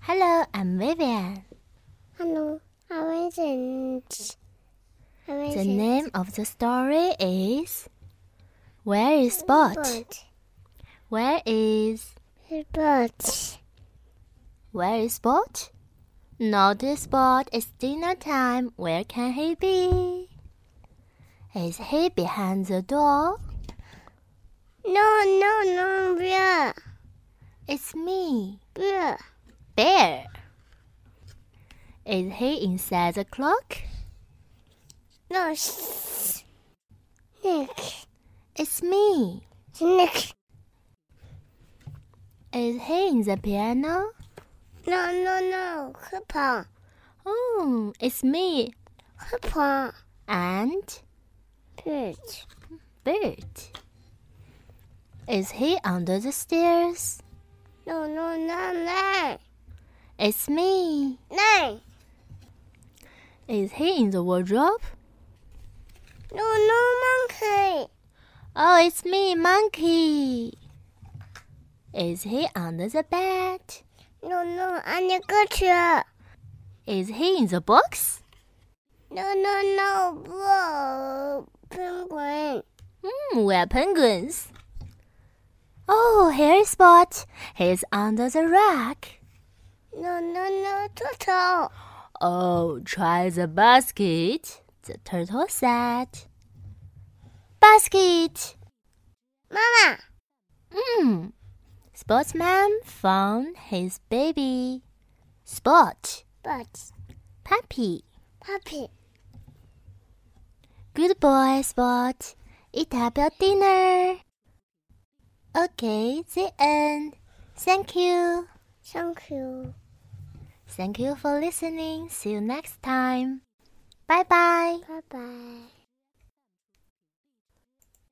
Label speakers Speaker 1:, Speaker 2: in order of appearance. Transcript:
Speaker 1: Hello, I'm Vivian.
Speaker 2: Hello, I wasn't. I wasn't.
Speaker 1: The name of the story is Where is Spot? Where is
Speaker 2: But
Speaker 1: Where is Spot? Not Spot. It's dinner time. Where can he be? Is he behind the door?
Speaker 2: no, no, no, bear,
Speaker 1: It's me,
Speaker 2: bear.
Speaker 1: Bear. Is he inside the clock?
Speaker 2: No, s- snake,
Speaker 1: It's me.
Speaker 2: snake.
Speaker 1: Is he in the piano?
Speaker 2: No, no, no, coupon,
Speaker 1: Oh, it's me.
Speaker 2: coupon,
Speaker 1: And
Speaker 2: bird.
Speaker 1: Bert. Is he under the stairs?
Speaker 2: No, no, no, nine,
Speaker 1: It's me.
Speaker 2: nine.
Speaker 1: Is he in the wardrobe?
Speaker 2: No, no, monkey.
Speaker 1: Oh, it's me, monkey. Is he under the bed?
Speaker 2: No, no, alligator.
Speaker 1: Is he in the box?
Speaker 2: No, no, no, blue penguin.
Speaker 1: Hmm, we're penguins. Oh, here is Spot. He's under the rack.
Speaker 2: No, no, no, turtle.
Speaker 1: Oh, try the basket, the turtle said. Basket!
Speaker 2: Mama,
Speaker 1: Mm. Sportsman found his baby. Spot,
Speaker 2: but
Speaker 1: puppy.
Speaker 2: puppy.
Speaker 1: Good boy, Spot. Eat up your dinner. Okay, the end. Thank you.
Speaker 2: Thank you.
Speaker 1: Thank you for listening. See you next time. Bye bye.
Speaker 2: Bye bye.